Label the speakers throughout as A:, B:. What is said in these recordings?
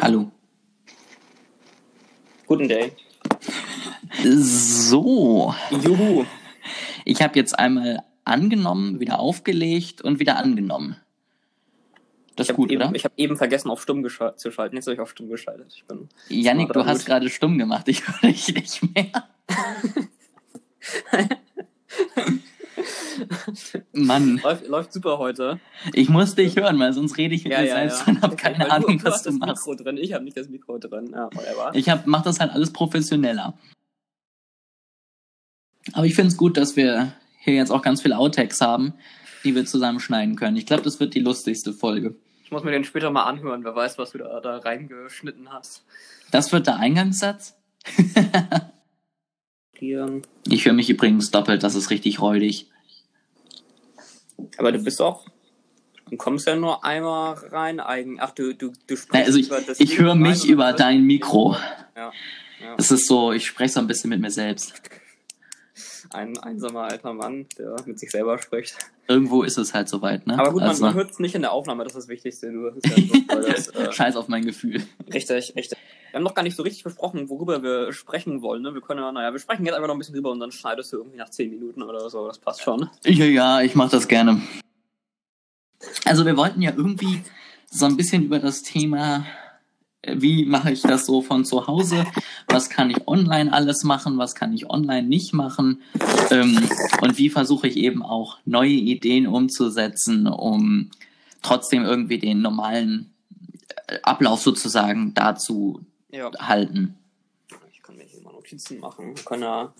A: Hallo.
B: Guten Day.
A: So,
B: Juhu.
A: ich habe jetzt einmal angenommen, wieder aufgelegt und wieder angenommen. Das ist
B: Ich habe
A: gut,
B: eben,
A: oder?
B: ich hab eben vergessen, auf stumm geschal- zu schalten. Jetzt habe ich auf stumm geschaltet. Ich bin
A: Yannick,
B: war
A: du
B: dran
A: hast
B: gut.
A: gerade stumm gemacht. Ich höre dich nicht mehr. Mann,
B: läuft, läuft super heute.
A: ich muss dich hören, weil sonst rede ich mit mir selbst und habe
B: Weil
A: keine
B: du-
A: Ahnung,
B: du
A: was
B: hast
A: du
B: das
A: machst.
B: Mikro drin. Ich habe nicht das Mikro drin. Ja, whatever.
A: Ich hab, mach das halt alles professioneller. Aber ich finde es gut, dass wir hier jetzt auch ganz viele Outtakes haben, die wir zusammenschneiden können. Ich glaube, das wird die lustigste Folge.
B: Ich muss mir den später mal anhören. Wer weiß, was du da, da reingeschnitten hast.
A: Das wird der Eingangssatz.
B: Hier.
A: Ich höre mich übrigens doppelt, das ist richtig räudig.
B: Aber du bist auch. Du kommst ja nur einmal rein eigen. Ach, du, du, du sprichst
A: Na, also ich,
B: über das
A: ich höre
B: Mikro
A: mich
B: rein und
A: über
B: hörst-
A: dein Mikro.
B: Ja, ja.
A: Es ist so, ich spreche so ein bisschen mit mir selbst.
B: Ein einsamer alter Mann, der mit sich selber spricht.
A: Irgendwo ist es halt soweit, ne?
B: Aber gut, man,
A: Also,
B: man hört es nicht in der Aufnahme, das ist das Wichtigste. Du, das ist ja so, weil das, äh,
A: Scheiß auf mein Gefühl.
B: richtig, richtig. Wir haben noch gar nicht so richtig besprochen, worüber wir sprechen wollen. Ne? Wir können, ja- naja, wir sprechen jetzt einfach noch ein bisschen drüber und dann schneidest du irgendwie nach 10 Minuten oder so. Das passt schon. ne?
A: Ja, ja, ich mache das gerne. Also wir wollten ja irgendwie so ein bisschen über das Thema, äh, wie mache ich das so von zu Hause? Was kann ich online alles machen? Was kann ich online nicht machen? Ähm, und wie versuche ich eben auch neue Ideen umzusetzen, um trotzdem irgendwie den normalen äh, Ablauf sozusagen dazu
B: Ja.
A: halten?
B: Ich kann mir hier mal Notizen machen. Wir können ja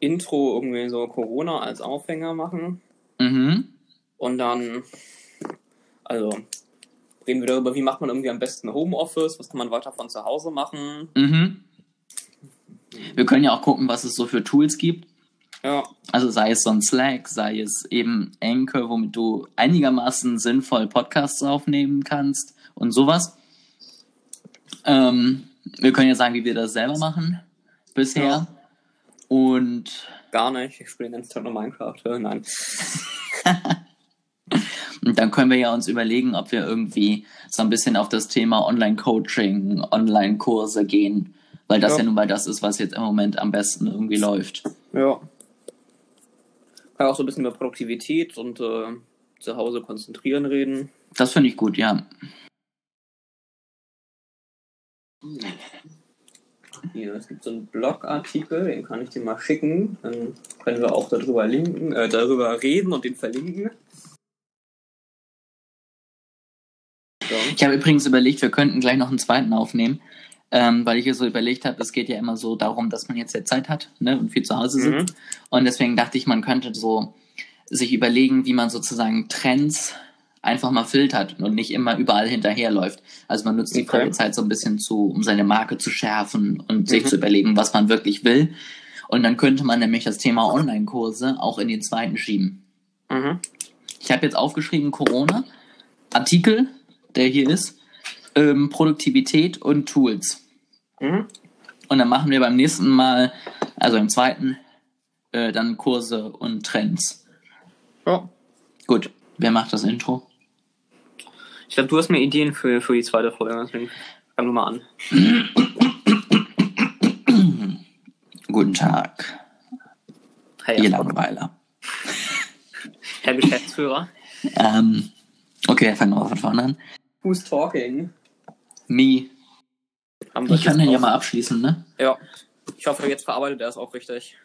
B: Intro irgendwie so Corona als Aufhänger machen.
A: Mhm.
B: Und dann, also, reden wir darüber, wie macht man irgendwie am besten Homeoffice? Was kann man weiter von zu Hause machen?
A: Mhm. Wir können ja auch gucken, was es so für Tools gibt.
B: Ja,
A: Also sei es so ein Slack, sei es eben Anchor, womit du einigermaßen sinnvoll Podcasts aufnehmen kannst und sowas. Ähm, wir können ja sagen, wie wir das selber machen bisher.
B: Ja.
A: Und
B: gar nicht. Ich spiele den ganzen Tag nur Minecraft. Äh, Nein.
A: Und dann können wir ja uns überlegen, ob wir irgendwie so ein bisschen auf das Thema Online-Coaching, Online-Kurse gehen, weil das ja.
B: Ja.
A: nun mal das ist, was jetzt im Moment am besten irgendwie läuft.
B: Ja. Kann auch so ein bisschen über Produktivität und äh, zu Hause konzentrieren reden.
A: Das finde ich gut, ja.
B: Hier, es gibt so einen Blogartikel, den kann ich dir mal schicken. Dann können wir auch darüber linken, äh, darüber reden und den verlinken. So.
A: Ich habe übrigens überlegt, wir könnten gleich noch einen zweiten aufnehmen, ähm, weil ich hier so überlegt habe, es geht ja immer so darum, dass man jetzt ja Zeit hat ne, und viel zu Hause sitzt.
B: Mhm.
A: Und deswegen dachte ich, man könnte so sich überlegen, wie man sozusagen Trends einfach mal filtert und nicht immer überall hinterherläuft. Also man nutzt die
B: Okay.
A: freie Zeit so ein bisschen zu, um seine Marke zu schärfen und sich
B: Mhm.
A: zu überlegen, was man wirklich will. Und dann könnte man nämlich das Thema Online-Kurse auch in den zweiten schieben.
B: Mhm.
A: Ich habe jetzt aufgeschrieben Corona, Artikel, der hier ist, ähm, Produktivität und Tools.
B: Mhm.
A: Und dann machen wir beim nächsten Mal, also im zweiten, äh, dann Kurse und Trends.
B: Ja.
A: Gut, wer macht das Intro?
B: Ich glaube, du hast mir Ideen für, für die zweite Folge, deswegen fang du mal an.
A: Guten Tag,
B: Hey,
A: ihr
B: ja.
A: Langweiler.
B: Herr Geschäftsführer.
A: Ähm, okay, fangen wir von vorne an.
B: Who's talking?
A: Me.
B: Haben wir
A: Ich kann
B: das
A: den ja
B: auch-
A: mal abschließen, ne?
B: Ja. Ich hoffe, jetzt verarbeitet er es auch richtig.